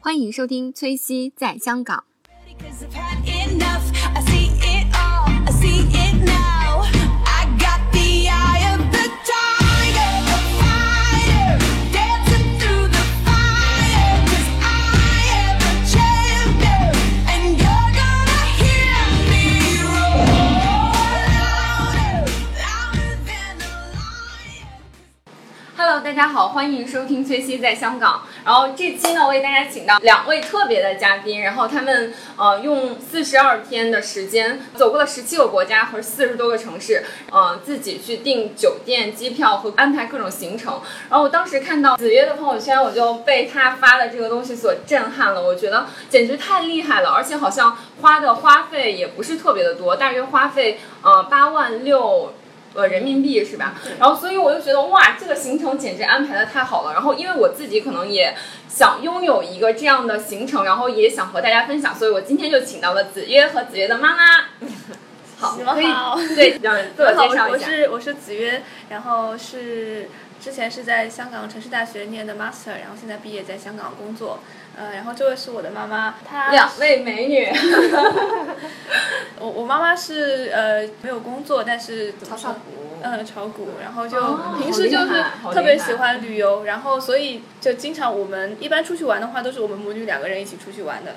欢迎收听崔西在香港。 Cause I've had enough. I see it all. I see it now. I got the eye of the tiger, the fighter, dancing through the fire. 'Cause I am the champion, and you're gonna hear me roar louder, louder than a lion. Hello，大家好，欢迎收听崔西在香港。然后这期呢，为大家请到两位特别的嘉宾，然后他们呃用四十二天的时间，走过了十七个国家和四十多个城市，呃自己去订酒店、机票和安排各种行程。然后我当时看到子曰的朋友圈，我就被他发的这个东西所震撼了，我觉得简直太厉害了，而且好像花的花费也不是特别的多，大约花费呃八万六。呃人民币是吧？然后所以我就觉得哇，这个行程简直安排的太好了。然后因为我自己可能也想拥有一个这样的行程，然后也想和大家分享，所以我今天就请到了子曰和子曰的妈妈。 好，你们可以好对让自我好，介绍哦我一下。是我是子曰，然后是之前是在香港城市大学念的 master，然后现在毕业在香港工作。呃，然后这位是我的妈妈，她两位美 女，我我妈妈是呃没有工作，但是怎么说？嗯，炒股，然后就哦平时就好厉是害好厉害特别喜欢旅游，然后所以就经常我们一般出去玩的话，都是我们母女两个人一起出去玩的，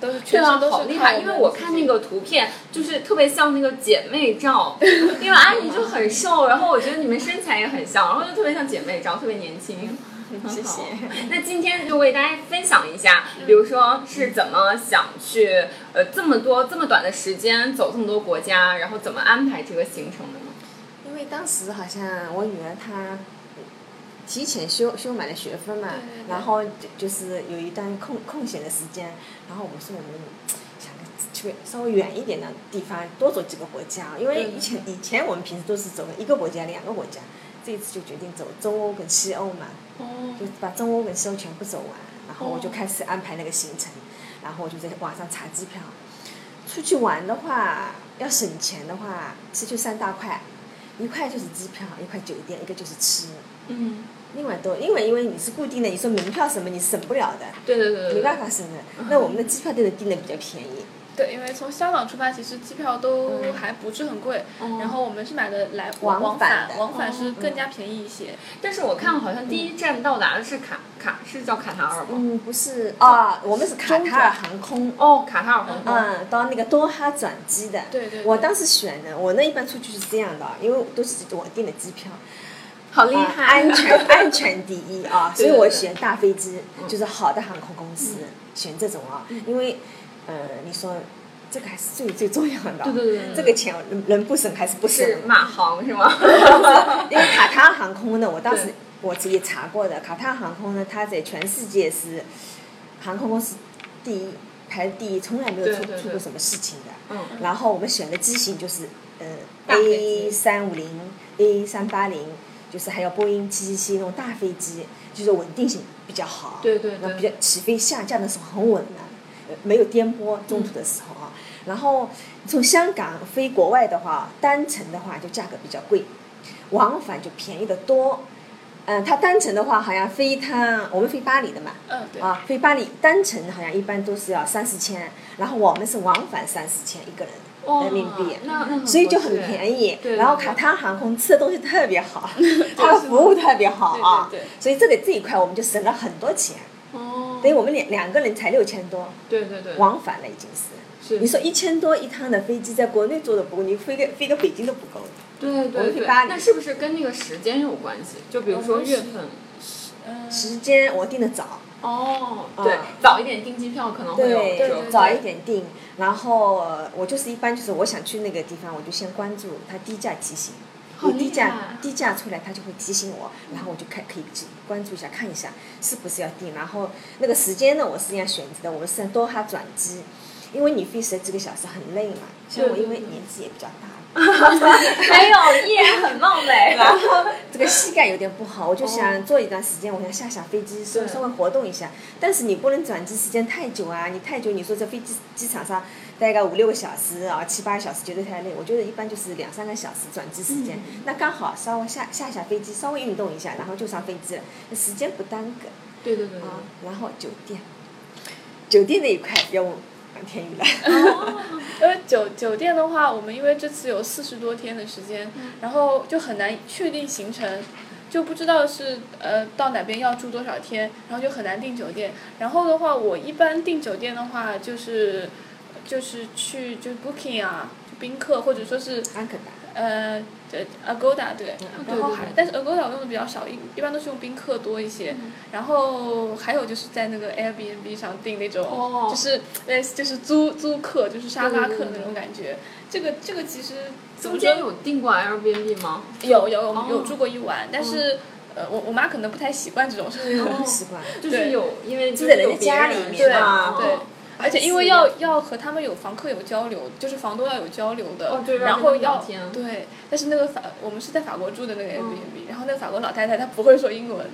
都是对全啊程，都是好厉害！因为我看那个个图片，就是特别像那个姐妹 照，因为阿姨就很瘦，然后我觉得你们身材也很像，然后就特别像姐妹照，特别年轻。谢谢。那今天就为大家分享一下，比如说是怎么想去呃这么多这么短的时间走这么多国家，然后怎么安排这个行程的呢？因为当时好像我女儿她提前修修满了学分嘛，对对对然后就就是有一段空空闲的时间，然后我说我们想个去稍微远一点的地方多走几个国家，因为以前以前我们平时都是走一个国家两个国家，这一次就决定走中欧跟西欧嘛，哦，就把中欧跟西欧全部走完，然后我就开始安排那个行程，然后我就在网上查机票。出去玩的话，要省钱的话，是就三大块，一块就是机票，一块酒店，一个就是吃。嗯，另外都因为因为你是固定的，你说门票什么你省不了的，对对对对，没办法省的。那我们的机票就是订的比较便宜，对，因为从香港出发，其实机票都还不是很贵，哦然后我们是买的来嗯往往返返的哦嗯往返是更加便宜一些。但是我看好像第一站到达的是卡卡是叫卡塔尔吗？嗯，不是啊，我们是卡中塔尔航空。哦，卡塔尔航空。嗯，到那个多哈转机的。对对对我当时选的，我那一般出去是这样的，因为都是我订的机票，好厉啊害！安全安全第一啊！所对以对我对嗯选大飞机，就是好的航空公司，选这种啊，因为呃，你说这个还是最最重要的啊，对对对对这个钱能能不省还是不省？是马航是吗？ 因为卡塔尔航空呢，我当时对我自己查过的，卡塔尔航空呢，它在全世界是航空公司第一排第一，从来没有出对对对出过什么事情的。嗯然后我们选的机型就是呃大飞 A 三五零、A 三八零，就是还有波音七七七那种大飞机，就是稳定性比较好，对对对然后比较起飞下降的时候很稳的、呃没有颠簸，中途的时候嗯啊。然后从香港飞国外的话，单程的话就价格比较贵，往返就便宜的多。嗯，它单程的话，好像飞一趟，我们飞巴黎的嘛，嗯，对。啊，飞巴黎单程好像一般都是要三四千，然后我们是往返三四千一个人哇人民币，那那很所以就很合适便宜。对对然后卡塔尔航空吃的东西特 别好，它的服务特别好啊，对对对所以这个这一块我们就省了很多钱，哦，等于我们两两个人才六千多，对对对，往返了已经是。是你说一千多一趟的飞机，在国内坐的不够，你飞个飞个北京都不够。对我对们去对，巴黎那是不是跟那个时间有关系？就比如说月份。嗯，时间我定的早，哦，对啊，早一点订机票可能会有对，折对扣对早一点订。然后呃我就是一般就是我想去那个地方，我就先关注它低价提醒，好有厉低害价低价出来，它就会提醒我，然后我就看可以去关注一下看一下是不是要订。然后那个时间呢，我是这样选择的，我是在多哈转机。因为你飞十几个小时很累嘛，像对我对因为对年纪也比较大了，没有，依然很貌美。然后这个膝盖有点不好，我就想坐一段时间，我想下下飞机，稍哦对稍微活动一下。但是你不能转机时间太久啊，你太久，你说在飞机机场上待个五六个小时啊，七八个小时绝对太累。我觉得一般就是两三个小时转机时间，嗯那刚好稍微下下下飞机，稍微运动一下，然后就上飞机了，时间不耽搁嗯对对对对啊。然后酒店，酒店那一块要问王天宇了。 因为酒酒店的话，我们因为这次有四十多天的时间，嗯然后就很难确定行程，就不知道是呃到哪边要住多少天，然后就很难订酒店。然后的话，我一般订酒店的话，就是就是去就是 Booking 啊，就宾客或者说是安肯达，呃，对，Agoda 对，嗯对然后对还对但是 Agoda 我用的比较少，一一般都是用宾客多一些。嗯然后还有就是在那个 Airbnb 上订那种，哦就是类似就是租租客，就是沙发对对对客对那种感觉。这个这个其实怎中么说间有订过 Airbnb 吗？有有有哦嗯有住过一晚，但是、呃我我妈可能不太习惯这种事 情。哦很习惯。就是有，因为住在人家家里面对嘛哦对，而且因为是要要和他们有房客有交流，就是房东要有交流的，哦对要然跟他后们聊要天嗯对，但是那个法我们是在法国住的那个 Airbnb，、然后那个法国老太太她不会说英文，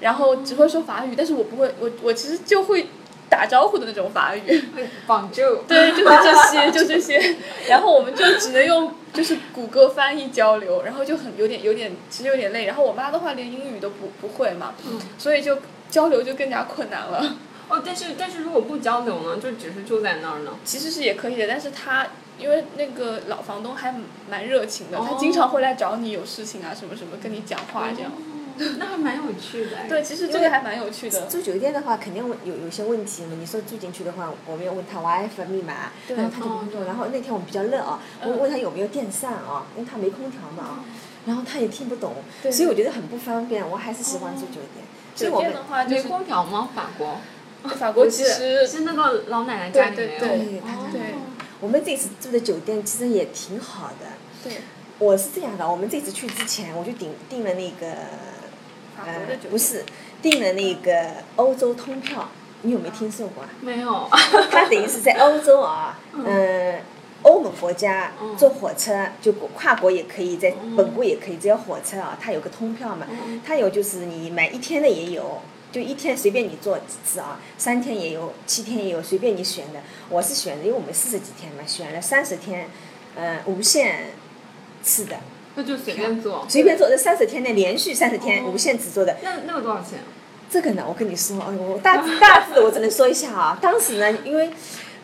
然后只会说法语，但是我不会，我我其实就会打招呼的那种法语，会绑住。对， 就是这些，就这些，然后我们就只能用就是谷歌翻译交流，然后就很有点有点其实有点累，然后我妈的话连英语都不不会嘛，嗯所以就交流就更加困难了。哦，但是但是如果不交流呢，就只是住在那儿 呢。其实是也可以的，但是他因为那个老房东还蛮热情的，哦他经常会来找你有事情啊什么什么，跟你讲话这样。哦那还蛮有趣的。对，，其实这个还蛮有趣的。住酒店的话，肯定问有有些问题嘛。你说住进去的话，我们要问他 WiFi 密码，对然后他就不哦用。然后那天我们比较热啊，我嗯问他有没有电扇啊，因为他没空调嘛啊，然后他也听不懂，对所以我觉得很不方便。我还是喜欢住酒店，所以酒我店们的话就没是空调吗？法国法国其实是那个老奶奶家里没有。对对 对他哦他对我们这次住的酒店其实也挺好的。对我是这样的，我们这次去之前我就订订了那个，法国的酒，呃店不是订了那个欧洲通票，你有没有听说过啊？没有。 它等于是在欧洲啊，嗯，欧盟国家嗯坐火车就国跨国也可以，在嗯本国也可以，只要火车啊，它有个通票嘛嗯，它有就是你买一天的也有。就一天随便你坐几次啊，三天也有，七天也有，随便你选的。我是选的，因为我们四十几天嘛，选了三十天，呃，无限次的，那就随便做。随便坐这三十天内连续三十天哦无限次坐的，那那个多少钱？啊这个呢，我跟你说，哎呦，我大致大致的我只能说一 下啊。当时呢，因为，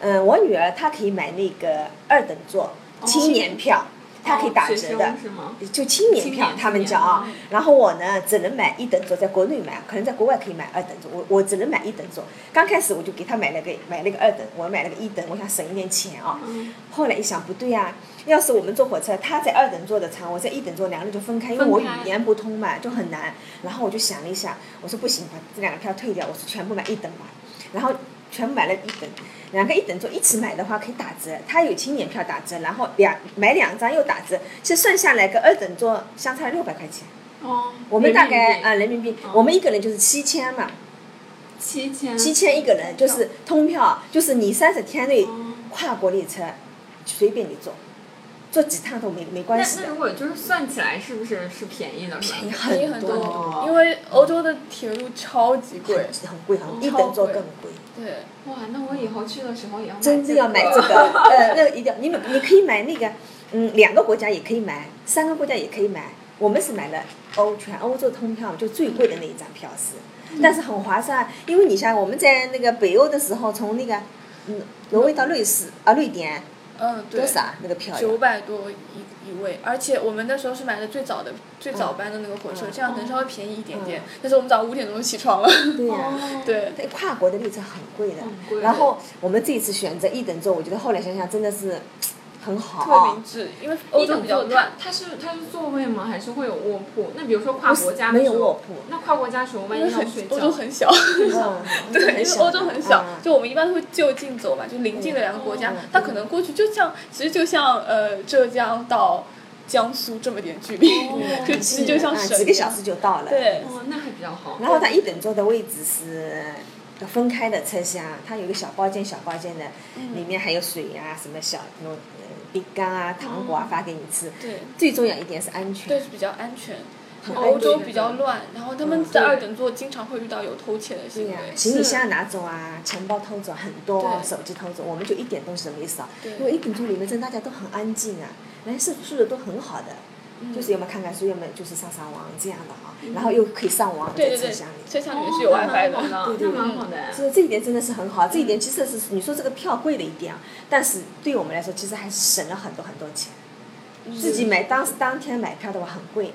嗯、我女儿她可以买那个二等座青年票，她可以打折的哦学生是吗，就青年青票年，他们青叫年啊嗯。然后我呢，只能买一等座，在国内买，可能在国外可以买二等座，我我只能买一等座。刚开始我就给她买了个买了个二等，我买了个一等，我想省一点钱啊。嗯后来一想不对啊，要是我们坐火车，他在二等座的舱，我在一等座，两个人就分开，因为分我语开言不通嘛，就很难。然后我就想了一下，我说不行，把这两个票退掉，我说全部买一等吧。然后全部买了一等，两个一等座一起买的话可以打折，他有青年票打折，然后两买两张又打折，其实算下来跟二等座相差六百块钱。哦。我们大概人民币啊、人民币，哦嗯我们一个人就是七千嘛，七千。七千一个人就是通票，就是你三十天内哦跨国列车，随便你坐，坐几趟都没没那关系那的如，果就是算起来，是不是是便宜的？便宜便宜很很多，哦因为欧洲的铁路超级贵。很很贵，很一超等座贵更贵，对，哇，那我以后去的时候也要买真的要买这个，呃，那一定要你买，你可以买那个，嗯，两个国家也可以买，三个国家也可以买，我们是买了欧全欧洲通票，就最贵的那一张票是。但是很划算，因为你像我们在那个北欧的时候，从那个，嗯，挪威到瑞士啊，瑞典嗯，对多，少啊那个票呀？九百多一一位，而且我们那时候是买的最早的最早班的那个火车，嗯这样能稍微便宜一点点嗯。但是我们早上五点钟就起床了。 对呀、哦对，对跨国的列车很贵的很贵，然后我们这一次选择一等座，我觉得后来想想真的是很好特别啊明。智，因为欧洲比较乱。。它是它是座位吗？还是会有卧铺？那比如说跨不是国家的没有时候卧铺那跨国家的时候万因为一要很睡觉，欧洲很 小，嗯对，因很为小欧洲很小，嗯就我们一般会就近走嘛，就邻近的两个国家嗯，它可能过去就像，其实就像呃浙江到江苏这么点距离，哦 就其实就像嗯省几个小时就到了。对哦，那还比较好。然后它一等座的位置是分开的车厢，它有一个小包间，小包间的，嗯里面还有水啊，什么小那种呃饼干啊、糖果啊发给你吃。嗯对最重要一点是安全。对，是比较安全。很安全欧洲比较乱，然后他们在二等座经常会遇到有偷窃的行嗯对为呀、，行李是箱拿走啊，钱包偷走很多，啊对手机偷走，我们就一点东西都没少对。因为一等座里面真的大家都很安静啊，人家素素质都很好的，嗯就是有没有看看书，有没有就是上上网这样的哈，然后又可以上网对在对车对厢里，。车厢里面是有 WiFi 的。的，嗯那蛮好的。所以这一点真的是很好，啊这一点其实是你说这个票贵了一点啊，但是对我们来说其实还是省了很多很多钱。嗯自己买当时当天买票的话很贵，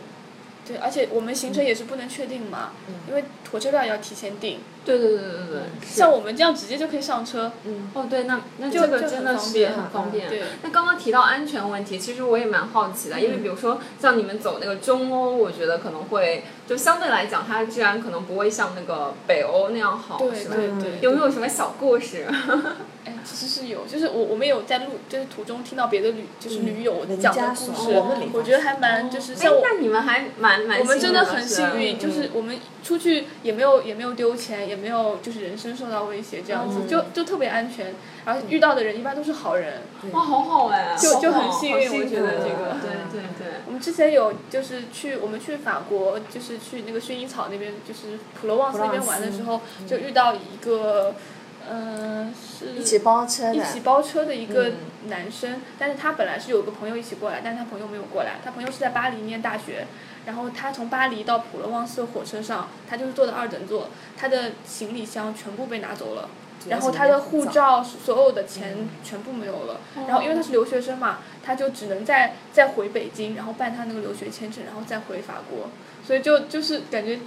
对，而且我们行嗯程也是不能确定嘛，因为火车票也要提前订。对对对对对对，像我们这样直接就可以上车，嗯哦，对，那那就这个就真很的方是便啊很方便。对那刚刚提到安全问题，其实我也蛮好奇嗯的，因为比如说像你们走那个中欧，我觉得可能会就相对来讲，它的治安可能不会像那个北欧那样好，对是吧？对嗯对，有没有什么小故事？哎，其实是有，就是我我们有在路，就是途中听到别的旅，就是嗯驴友人讲家的说故哦事，我们没我发觉得现还蛮就是哎像，我。那你们还蛮蛮我们真的的啊很是幸运，嗯就是我们出去也没有也没有丢钱，也没有就是人身受到威胁这样子，嗯就就特别安全。然后遇到的人一般都是好人。哇，好好哎，就好就好很幸好运我觉得啊这个对对对，我们之前有就是去我们去法国，就是去那个薰衣草那边，就是普罗旺斯那边玩的时候，就遇到一个，嗯、是嗯一起包车一的，起包车的一个嗯男生，但是他本来是有个朋友一起过来，但是他朋友没有过来，他朋友是在巴黎念大学，然后他从巴黎到普罗旺斯的火车上，他就是坐的二等座，他的行李箱全部被拿走了。然后他的护照所有的钱全部没有了，然后因为他是留学生嘛，他就只能再再回北京，然后办他那个留学签证，然后再回法国，所以就就是感觉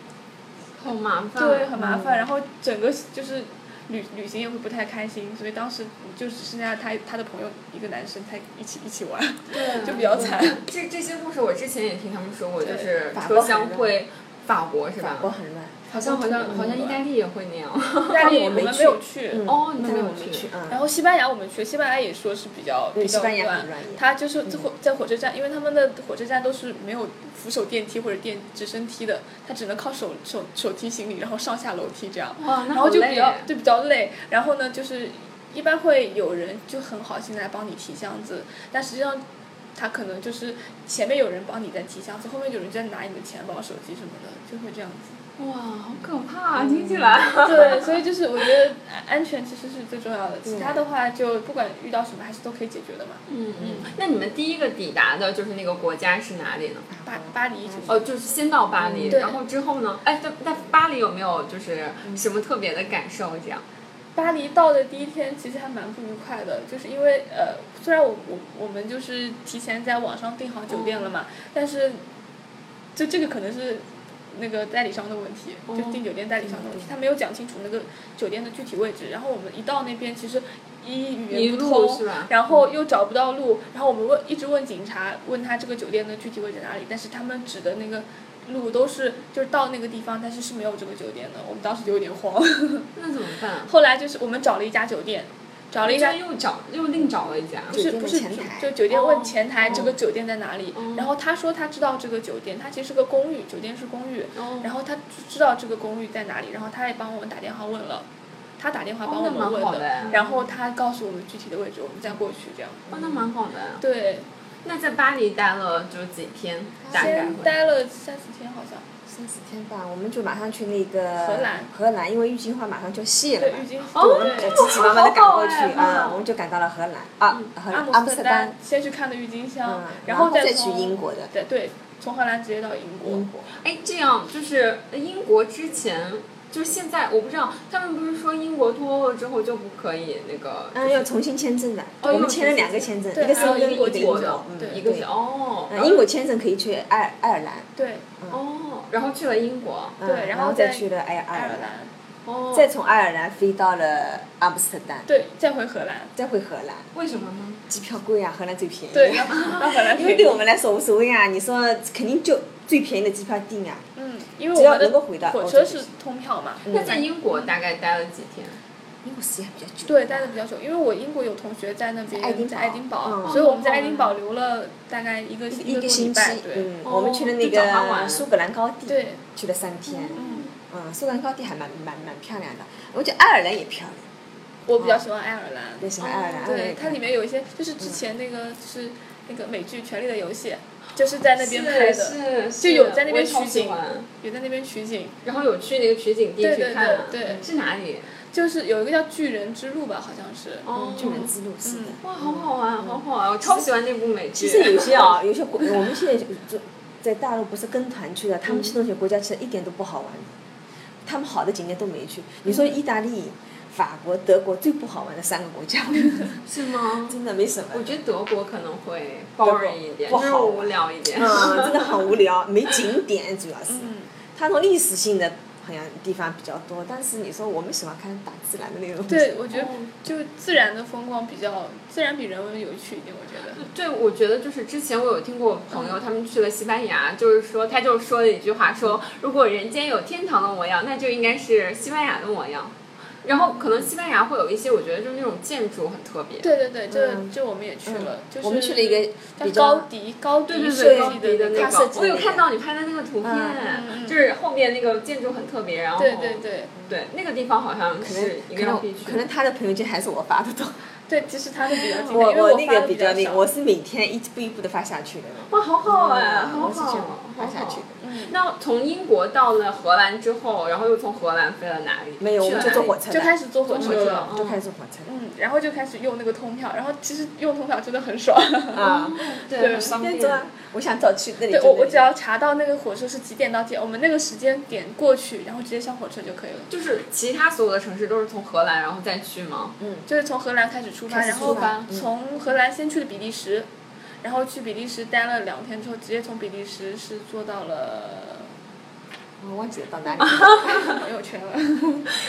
好麻烦，对，很麻烦，然后整个就是旅旅行也会不太开心，所以当时就只剩下他他的朋友一个男生，他一起一起玩，对就比较惨。这这些故事我之前也听他们说过，就对是法车国很厢热会，法国是法吧？国很乱，好像好 像好像意大利也会那样。意大利我我没们去没有去，哦，你那才没个我有没去嗯去。啊。然后西班牙我们去，西班牙也说是比较对比较西班牙很乱它就是在火在火车站，因为他们的火车站都是没有扶手电梯或者电直升梯的，它只能靠手手手提行李，然后上下楼梯这样。哇，那然 好后就累啊比较就比较累。啊然后呢，就是一般会有人就很好心来帮你提箱子，但实际上他可能就是前面有人帮你在提箱子，后面有人在拿你的钱包、手机什么的，就会这样子。哇，好可怕啊！听起来。 对，所以就是我觉得安全其实是最重要的，其他的话就不管遇到什么还是都可以解决的嘛。嗯嗯。那你们第一个抵达的就是那个国家是哪里呢？巴巴黎就是哦，就是先到巴黎，嗯对然后之后呢？哎，在在巴黎有没有就是什么特别的感受？这样？巴黎到的第一天，其实还蛮不愉快的，就是因为呃，虽然我我我们就是提前在网上订好酒店了嘛，嗯但是就这个可能是那个代理商的问题，哦就订酒店代理商的嗯问题，他没有讲清楚那个酒店的具体位置。然后我们一到那边，其实一语迷言不路是通吧，然后又找不到路，然后我们问一直问警察，问他这个酒店的具体位置哪里，但是他们指的那个。路都是就是到那个地方，但是是没有这个酒店的，我们当时就有点慌。那怎么办？后来就是我们找了一家酒店，找了一就家又找又另找了一家。不是不是酒店的前就台哦就酒店问哦前台哦这个酒店在哪里，然后他说他知道这个酒店，他其实是个公寓，酒店是公寓，哦然后他知道这个公寓在哪里，然后他也帮我们打电话问了，他打电话帮我那蛮们问哦好的哎的，然后他告诉我们具体的位置，我们再过去这样。哦，那蛮好的。对，那在巴黎待了就是几天？大概先会。待了三四天好像，三四天吧，我们就马上去那个荷兰荷兰，因为郁金花马上就谢了对嘛，郁金哦就对急急忙忙的赶过去好好哎啊，我们就赶到了荷兰啊，荷兰阿阿姆姆斯斯特特丹丹，先去看的郁金香嗯，然后再去从英国的对对，从荷兰直接到英国。英国，哎，这样就是呃英国之前，就是现在我不知道，他们不是说英国脱欧了之后就不可以那个，嗯，要重新签证的，哦我又们签了两个重签证，对一个是还有一个英国，一个英英国国的，嗯，对一个是哦，嗯英国签证可以去爱爱尔兰，对哦，然后去了英国，嗯对然然后再再去了爱爱爱尔尔兰，兰，哦，再从爱尔兰飞到了阿姆斯特丹，对，再回荷兰。再回荷兰，为什么呢？机票贵啊，荷兰最便宜，对，然后 到荷兰便因为宜对我们来说无所谓啊，你说肯定就最便宜的机票订啊，嗯，因只为要我们能够回到哦的火欧车洲就是通票嘛，那在英国大概待了几天？英国时间比较久，对，待的比较久。因为我英国有同学在那边，在爱丁堡在爱丁堡，嗯所以我们在爱丁堡留了大概一个一一个多星礼期拜，，对嗯，哦我们去了那就找他玩个苏格兰高地，对，去了三天，嗯，嗯，苏格兰高地还蛮蛮蛮漂亮的，我觉得爱尔兰也漂亮，我比较喜欢爱尔兰特，别喜欢爱尔兰，嗯爱尔兰也哦对，嗯它漂里亮面有一些就是之前那个就是那个美剧《权力的游戏》，就是在那边拍的，是就有在那边取景景，也在那边取景，然后有去那个取景地对去对看啊，对对是哪里？就是有一个叫《巨人之路》吧，好像是。哦巨人之路嗯是的。哇，好好玩，好好玩！我超喜欢那部美剧。其实有些啊，有些国，我们现在就在大陆不是跟团去的，他们嗯去那些国家其实一点都不好玩的，他们好的景点都没去。你嗯说意大利、法国、德国最不好玩的三个 国家，是吗？真的没什么。我觉得德国可能会 boring 一点，不就好是无聊一点。 嗯，真的很无聊，没景点主要是。嗯，它那种历史性的好像地方比较多，但是你说我们喜欢看大自然的那种。对，我觉得哦就自然的风光比较，自然比人文有趣一点，我觉得。嗯对，我觉得就是之前我有听过我朋友他们去了西班牙，就是说他就说了一句话说，如果人间有天堂的模样，那就应该是西班牙的模样。然后可能西班牙会有一些，我觉得就是那种建筑很特别，对对对，就嗯就我们也去了，就是我们去了一个叫比高较迪高对迪对设对，计高迪的那那它设个计，的我有那看个到你拍的那个图片，嗯嗯就是后面那个建筑很特别，然后对对对对那个地方好像可能是一可个要必能去的，可能他的朋友圈还是我发的多，对，其实他的比较经典，我因为我我那发个的比比较较那个，少我是每天一步一步的发下去的。哇，好好哎，嗯好我是这样好，发下好去好的。嗯，那从英国到了荷兰之后，然后又从荷兰飞了哪里？没有，我去了们哪就里坐火车就的，开始坐坐火我火车车了。嗯就开始坐火车嗯，然后就开始用那个通票，然后其实用通票真的很爽。的 啊。对对，商随店便走啊，我想早去那里哦对就我，那我里只要查到那个火车是几点到几点，我们那个时间点过去，然后直接上火车就可以了。就是其他所有的城市都是从荷兰然后再去吗？嗯就是从荷兰开始出发，开始然后出发嗯从荷兰先去了比利时，然后去比利时待了两天之后，直接从比利时是坐到了 我哦忘记了到哪里啊了。朋友 圈了。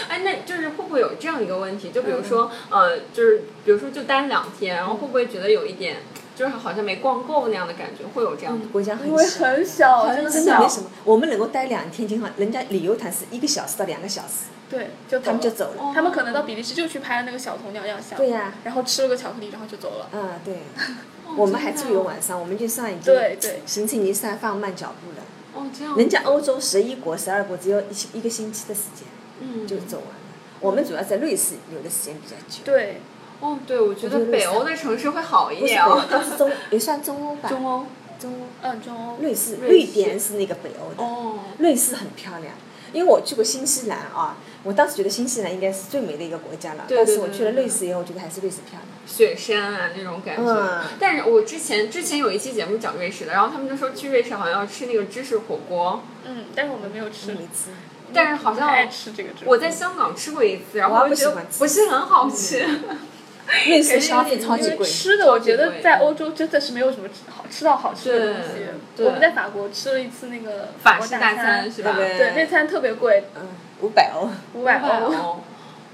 哎，那就是会不会有这样一个问题？就比嗯如说，呃，就是比如说就待两天，然后会不会觉得有一点，就是好像没逛够那样的感觉？会有这样的？国家很因为小很小，很真的真的没什么。我们能够待两天，经常人家旅游团是一个小时到两个小时，对，就他们就走走了。了。他们可能到比利时就去拍了那个小童鸟样像，对呀，然后吃了个巧克力，然后就走了。嗯，对。哦我们还住一个晚上，我们就上已经对对行程已经算放慢脚步了。哦，这样。人家欧洲十一国、十二国只有一星一个星期的时间嗯，就走完了，我们主要在瑞士留的时间比较久。对，哦，对，我觉我得觉得北欧的城市会好一不是北点欧哦，。它是中也算中欧吧？中欧。中欧，嗯，中欧，瑞士，瑞瑞士典是那个北欧的，哦。瑞士很漂亮。因为我去过新西兰啊，我当时觉得新西兰应该是最美的一个国家了，对对但是我对去了对瑞士以后，我觉得还是瑞士漂亮。雪山啊那种感觉。嗯但是我之前之前有一期节目讲瑞士的，然后他们就说去瑞士好像要吃那个芝士火锅，嗯，但是我们没有吃，每次但是好不太爱像吃这个植物。我在香港吃过一次，然哎我后还我就不喜觉欢得吃嗯不是很好吃。瑞士消费超级因为贵，吃的，我觉得在欧洲真的是没有什么吃好吃到好吃的东对西。对我们在法国吃了一次那个法国式大餐是吧？对对，那餐特别贵，嗯，五百欧。五百欧。哦，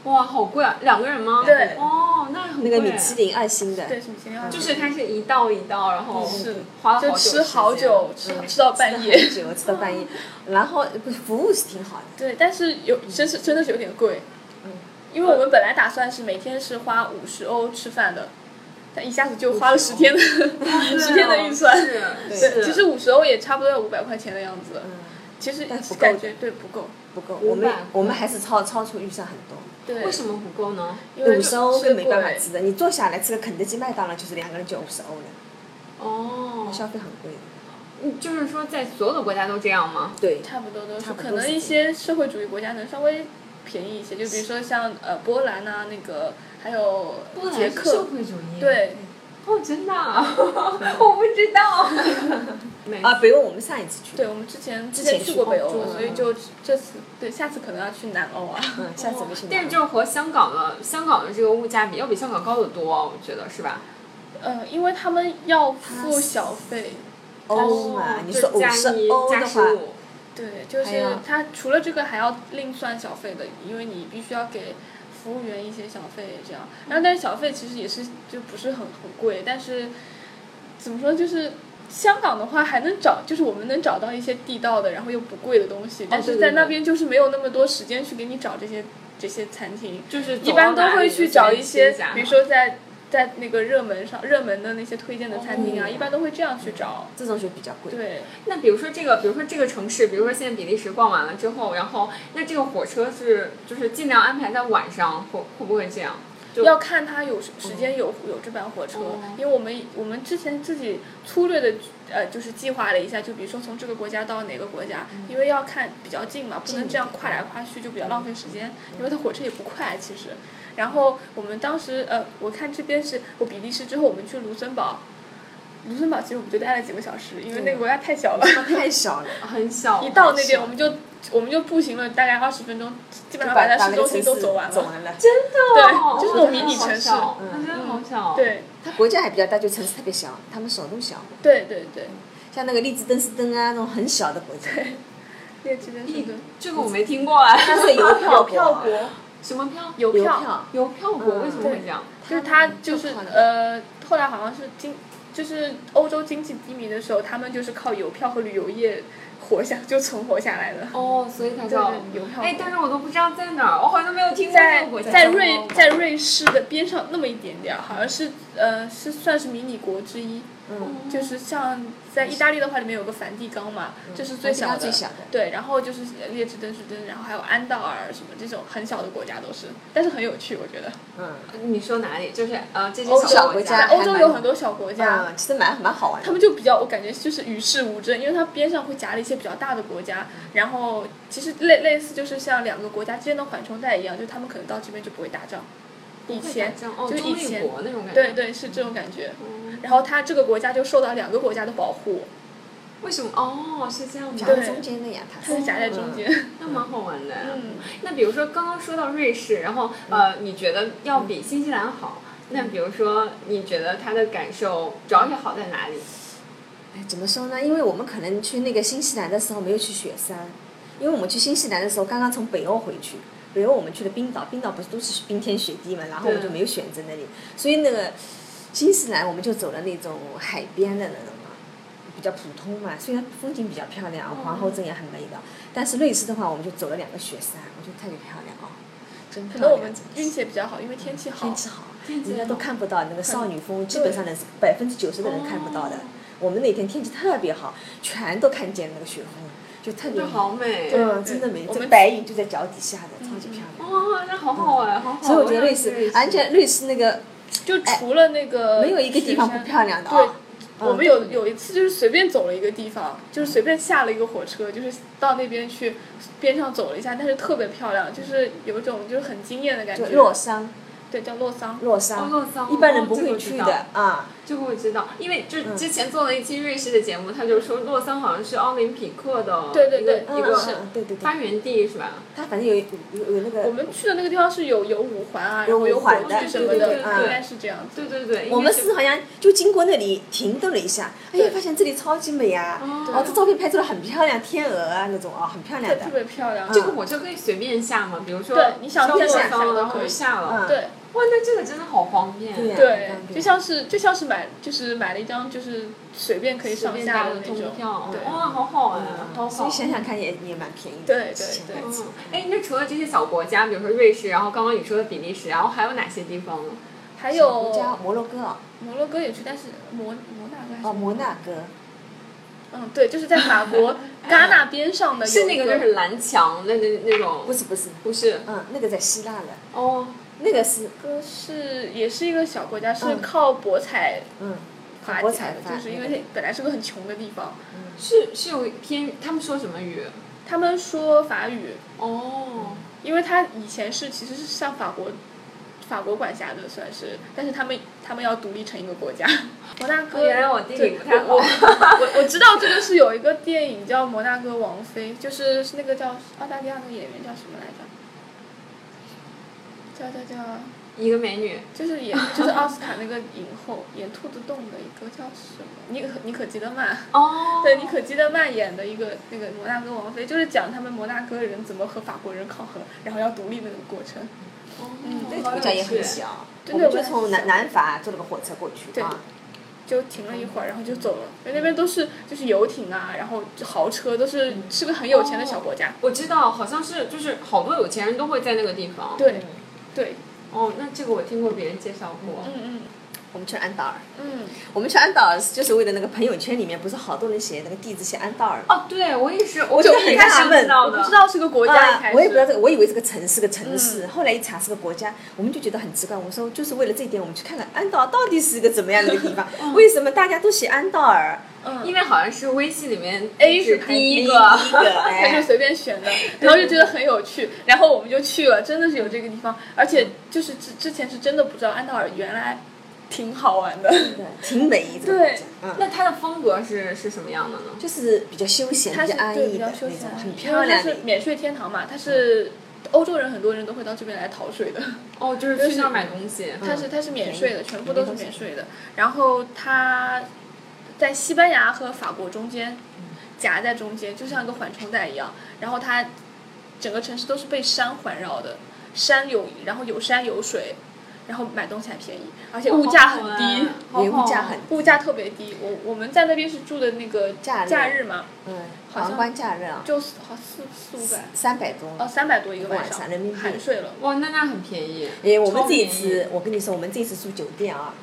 哇，好贵啊！两个人吗？对哦，那很那贵。个米其林二星的，对，什么形象？就是它是一道一道，然后是花了就吃好好久，吃吃到半夜。吃了很久，吃到半夜，嗯然后不是服务是挺好的。对，但是有真是真的是有点贵，嗯因为我们本来打算是每天是花五十欧吃饭的，但一下子就花了十天的 十天的哦预算。啊是啊对是其实五十欧也差不多要五百块钱的样子，其实嗯但不够感觉对不够。不够，五百我们我们还是超超出预算很多，对，为什么不够呢？因为五十欧是是没办法贵吃的。你坐下来吃个肯德基、麦当劳，就是两个人就五十欧了，哦，消费很贵的。嗯就是说在所有的国家都这样吗？对，差不多都是，差不多可能是一些社会主义国家能稍微便宜一些，就比如说像呃波兰啊，那个还有波兰捷是社克，会主义。。对，嗯哦，真的、啊， 我不知道。没啊，北欧我们上一次去，对，我们之前之前前去去过北欧欧，洲啊所以就这次对下次可能要去南欧啊。嗯，下次我们去哪？但是就是和香港的香港的这个物价比，要比香港高得多，我觉得是吧？嗯，因为他们要付小费，欧嘛，哦你说就五加十一欧加的十话，五，对，就还是要他除了这个还要另算小费的，因为你必须要给服务员一些小费这样。然后但是小费其实也是就不是很很贵，但是怎么说就是。香港的话还能找，就是我们能找到一些地道的，然后又不贵的东西，但对是对在对那边就是没有那么多时间去给你找这些这些餐厅，就是一般都会去找一些，比如走说在在那个热门上热门的那些推荐的餐厅啊，哦一般都会这样去找。这种就比较贵。对，到哪里就随便接一下那比如说这个，比如说这个城市，比如说现在比利时逛完了之后，然后那这个火车是就是尽量安排在晚上，会会不会这样？就要看他有时时间有嗯有这班火车哦，因为我们我们之前自己粗略的呃就是计划了一下，就比如说从这个国家到哪个国家，嗯因为要看比较近嘛，不能这样跨来跨去，就比较浪费时间，嗯因为它火车也不快其实。然后我们当时呃，我看这边是我比利时之后，我们去卢森堡，卢森堡其实我们就待了几个小时，因为那个国家太小了。太少了，很小，一到那边，我们就我们就步行了大概二十分钟，基本上把把它把市那中个心城都市走完了。走完了。真的哦，对就是我觉得那种迷你好城市小嗯我觉得好小，，对它国家还比较大，就城市特别小，他们首都小，对对对，像那个利兹登斯登啊，那种很小的国家，列支敦士一登这个我没听过啊，它是邮票邮 国票国，什么票？邮邮票，票，邮票国嗯为什么会这样？就是他就是就靠那个呃，后来好像是经就是欧洲经济低迷的时候，他们就是靠邮票和旅游业活下就存活下 来的。哦，所以它对叫对，邮票哎，国但是我都不知道在哪儿，我好像没有听过这在个国家。哦在瑞在瑞士的边上那么一点点儿，好像是呃是算是迷你国之一。嗯，就是像在意大利的话，里面有个梵蒂冈嘛，这是最小嗯梵的，蒂冈最小的对，然后就是列支敦士登，然后还有安道尔什么这种很小的国家都是，但是很有趣，我觉得。嗯，你说哪里？就是呃，这些欧洲小国家家在欧洲有很多小国家，嗯，其实蛮蛮好玩他的。们就比较，我感觉就是与世无争，因为它边上会夹了一些比较大的国家，然后其实类类似就是像两个国家之间的缓冲带一样，就他们可能到这边就不会打仗，以前这样哦，就中以立前国那种感觉。对，对是这种感觉，哦然后它这个国家就受到两个国家的保护，为什么？哦，是这样夹的，在中间的呀，它它是就夹在中间。那蛮好玩的。嗯，那比如说刚刚说到瑞士，然后嗯呃，你觉得要比新西兰好？那比如说，你觉得它的感受主要是好在哪里？哎怎么说呢？因为我们可能去那个新西兰的时候没有去雪山，因为我们去新西兰的时候刚刚从北欧回去，北欧我们去了冰岛，冰岛不是都是冰天雪地嘛，然后我们对就没有选择那里，所以那个新西兰我们就走了那种海边的那种嘛，比较普通嘛，虽然风景比较漂亮，皇后镇也很美的，但是瑞士的话我们就走了两个雪山，我觉得特别漂亮哦，真可漂能亮。我们运气也比较好，因为天气好。天气好，嗯天气人家都好看不到那个少女峰，基本上人是百分之九十的人看不到的哦。我们那天天气特别好，全都看见那个雪峰，就特别就好。美。对嗯，真的美，我这们白云就在脚底下的，超级漂亮。哦，那好好玩，好好玩。所以我觉得瑞士，嗯而且瑞士那个就除了那个、哎没有一个地方不漂亮的对啊，。嗯我们有有一次就是随便走了一个地方，就是随便下了一个火车，就是到那边去，边上走了一下，但是特别漂亮，就是有一种就是很惊艳的感觉就。洛桑，对，叫洛桑。洛哦桑洛桑，一般人不哦这个会我知去道的啊。这个我知道，因为就是嗯之前做了一期瑞士的节目，他就说洛桑好像是奥林匹克的对对对一嗯个一个嗯嗯对对对发，源地是吧？它反正有有有有那我个，们去的那个地方是有有五环啊，然有后有五环火的炬什么对的，对对对应该是这样子。对对对，我们应该是好像就经过那里停顿了一下，哎呀对，发现这里超级美啊！哦哦，这照片拍出来很漂亮，天鹅啊那种啊，很漂亮对，特的。别漂亮。这个火车可以随便下吗？比如说对你想到下洛下桑都了然后可以就下了，嗯对哇，那这个真的好方便。啊对呀对很方，便就像是就像是买就是买了一张就是随便可以随上便下搭的的那通种。票，哦对哇，好好玩，好嗯，所好以。想想看也也蛮便宜的。对对之前对那次嗯，哎，那除了这些小国家，比如说瑞士，然后刚刚你说的比利时，然后还有哪些地方呢？还小有国家摩洛哥啊摩洛哥也去，但是摩摩纳哥还是哦，摩纳哥，嗯，对，就是在法国戛纳边上的有是一那个个就是蓝墙那那那种不？是不是，不是嗯，那个在希腊了，哦，那个是哥是也是一个小国家，是嗯靠博彩嗯，发博起来彩的，发嗯就是因为那个它本来是个很穷的地方，是是有偏，他们说什么语？他们说法语，哦，因为它以前是其实是像法国。法国管辖的算是，但是他们他们要独立成一个国家。摩纳哥，哦原来我地理不太好对我我我我知道这个是有一个电影叫《摩纳哥王妃》，就是是那个叫澳大利亚那个演员叫什么来着？叫叫叫，一个美女，就是演就是奥斯卡那个影后演《兔子洞》的一个叫什么？妮可妮可基德曼，哦对，妮可基德曼演的一个那个摩纳哥王妃，就是讲他们摩纳哥人怎么和法国人抗衡，然后要独立那个过程。嗯那个国家也很小，对我那们个就国家从很南小南法坐了个火车过去对啊，就停了一会儿，然后就走了。因为那边都是就是游艇啊，然后豪车，都是是个很有钱的小国家。我知道，好像是就是好多有钱人都会在那个地方。，对，对，哦，那这个我听过别人介绍过。嗯嗯。我们去了安道尔。嗯，我们去安道尔就是为了那个朋友圈里面不是好多人写那个地址写安道尔吗，哦，对我也是，我就就很一开始纳不闷知道我的，不知道是个国家一开啊始，我也不知道这个，我以为这个城是个城嗯市，后来一查是个国家，我们就觉得很直观。我说就是为了这一点，我们去看看安道尔到底是一个怎么样的一个 地方？为什么大家都写安道尔？嗯，因为为好像是微信里面 A 是是第一个个，，第一个， 他就哎，随便选的，然后就觉得很有趣，然后我们就去了，真的是有这个地方，而且就是之之前是真的不知道安道尔原来挺好玩的，对挺美这个国对家，嗯。那它的风格是是什么样的呢？就是比较休闲、它比是较安对逸比的较那休种闲，，很因漂为它亮的是一个。免税天堂嘛，它是欧洲人很多人都会到这边来逃税的，哦，就是去那儿买东西，嗯它是它是免便宜税的，全部都是免税的。然后它在西班牙和法国中间嗯夹在中间，就像一个缓冲带一样。然后它整个城市都是被山环绕的，山有然后有山有水，然后买东西还便宜，而且物价很低，好也好物价很，物价特别低。我我们在那边是住的那个假日假日嘛，嗯，好像皇冠假日啊，就四好四四五百。三百多。哦，三百多一个晚晚上上人民，币含税了。哇，那那很便宜。哎，我们超这一便宜次，我跟你说，我们这一次住酒店啊，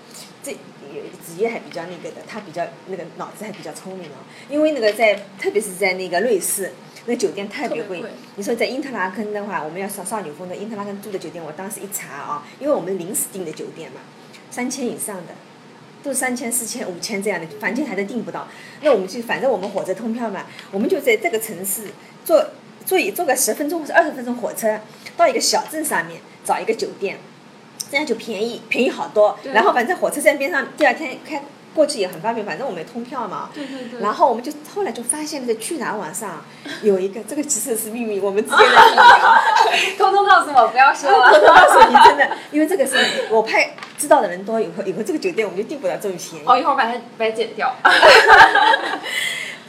这也子夜还比较那个的，他比较那个脑子还比较聪明啊，因为那个在特别是在那个瑞士。那酒店特别特别贵贵，你说在因特拉根的话，我们要上少女峰的因特拉根住的酒店，我当时一查啊，因为我们临时订的酒店嘛，三千以上的，都三千、四千、五千这样的，房间还在订不到。那我们就反正我们火车通票嘛，我们就在这个城市坐坐一坐个十分钟或者二十分钟火车，到一个小镇上面找一个酒店，这样就便宜，便宜好多。对然后反正火车站边上，第二天开过去也很方便，反正我们也通票嘛。对对对然后我们就后来就发现了，在去哪儿网上有一个，这个其实是秘密，我们之间的秘密 啊。 偷偷告诉我，不要说 了。我告诉你，真的，因为这个是我怕知道的人多，以后以后这个酒店我们就订不到这么便宜。哦，一会儿把它把它剪 掉。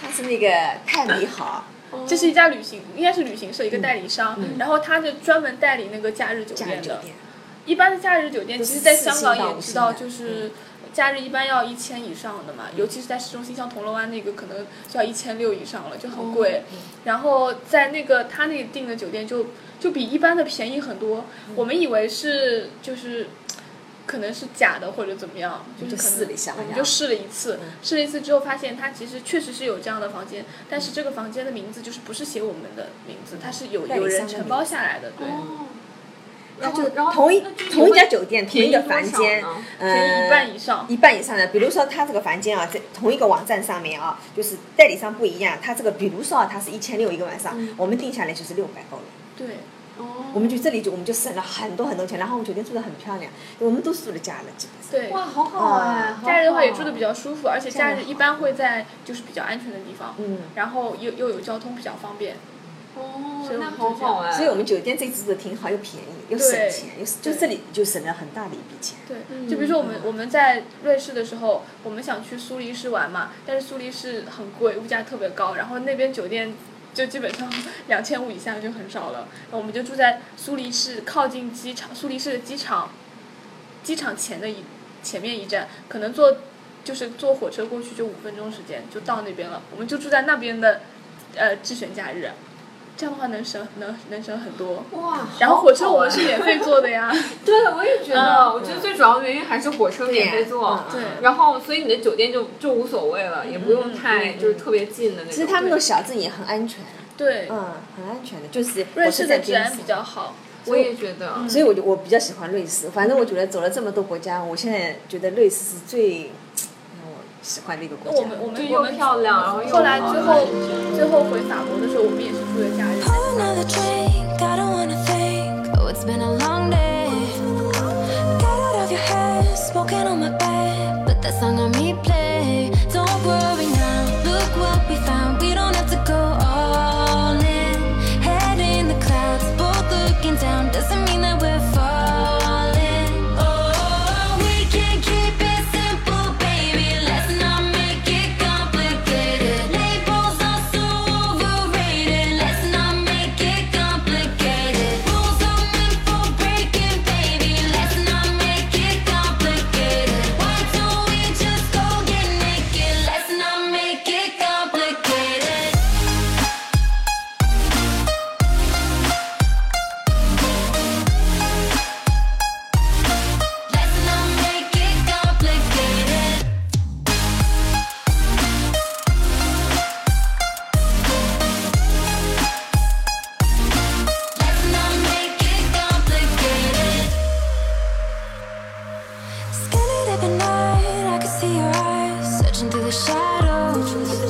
它是那个泰美好，这是一家旅行，应该是旅行社一个代理商，然后他就专门代理那个假日酒假日店酒的。店，一般的假日酒店，都其是实在四香星到港五也知星道，的嗯就是假日一般要一千以上的嘛，尤其是在市中心，像铜锣湾那个可能就要一千六以上了，就哦很贵。嗯然后在那个他那订的酒店就就比一般的便宜很多，嗯我们以为是就是。可能是假的或者怎么样，就们是就可能试了一下嗯我们呀就试了一次，试了一次之后发现它其实确实是有这样的房间，但是这个房间的名字就是不是写我们的名字，它是有代理有人商的承名包字哦下来的，对。它然就后是然后同一那具体同一家会酒店同便一宜个多房少间呢，哦便宜嗯，一半以上一半以上的。比如说它这个房间啊，在同一个网站上面啊，就是代理商不一样，它这个比如说啊，它是一千六一个晚上，嗯我们定下来就是六百欧元。对，哦我们就这里就我们就省了很多很多钱，然后我们酒店住的很漂亮，我们都住了家了，基本上。对，哇，好好哎！假日的话也住的比较舒服，而且这样假日一般会在就是比较安全的地方，嗯然后又又有交通比较方便，较哦所以，我那们就好好这哎。所以我们酒店这次住的挺好，又便宜又省对钱，又就对这里就省了很大的一笔钱。对嗯，就比如说我们我们在瑞士的时候，我们想去苏黎世玩嘛，但是苏黎世很贵，物价特别高，然后那边酒店就基本上 两千五以下就很少了，然后我们就住在苏黎世靠近机场，苏黎世的机场，机场前的一前面一站，可能坐就是坐火车过去就五分钟时间就到那边了，我们就住在那边的呃智选假日，这样的话能省能能省很多。哇，然后火车好好我们哎是免费坐的 呀，对，我也觉得，嗯我觉得最主要的原因还是火车免费坐，对嗯嗯然后所以你的酒店就就无所谓了，也不用太嗯嗯就是特别近的那种。其实他们那种小镇也很安全，对，嗯，很安全的，就是瑞我士是的在治边安上比。较好。我也觉得，嗯所以我就我比较喜欢瑞士，反正我觉得走了这么多国家，我现在觉得瑞士是最让我喜欢的一个国家。我们我就们又我们漂亮，然后又后来好最后最后回法国的时候，我们也是住的假日。 Pour another drink, I don't wanna think. Oh, it's been a long day. Got out of your hair, smoking on my bed. But that song on replay. Don't worry now, look what we found. We don't have to go all in. Head in the clouds, both looking down. Doesn't mean that we're falling. Oh, we can keep it simple, baby. Let's not make it complicated. Labels are so overrated. Let's not make it complicated. Rules are meant for breaking, baby. Let's not make it complicated. Why don't we just go Dashing through the shadows. Oh,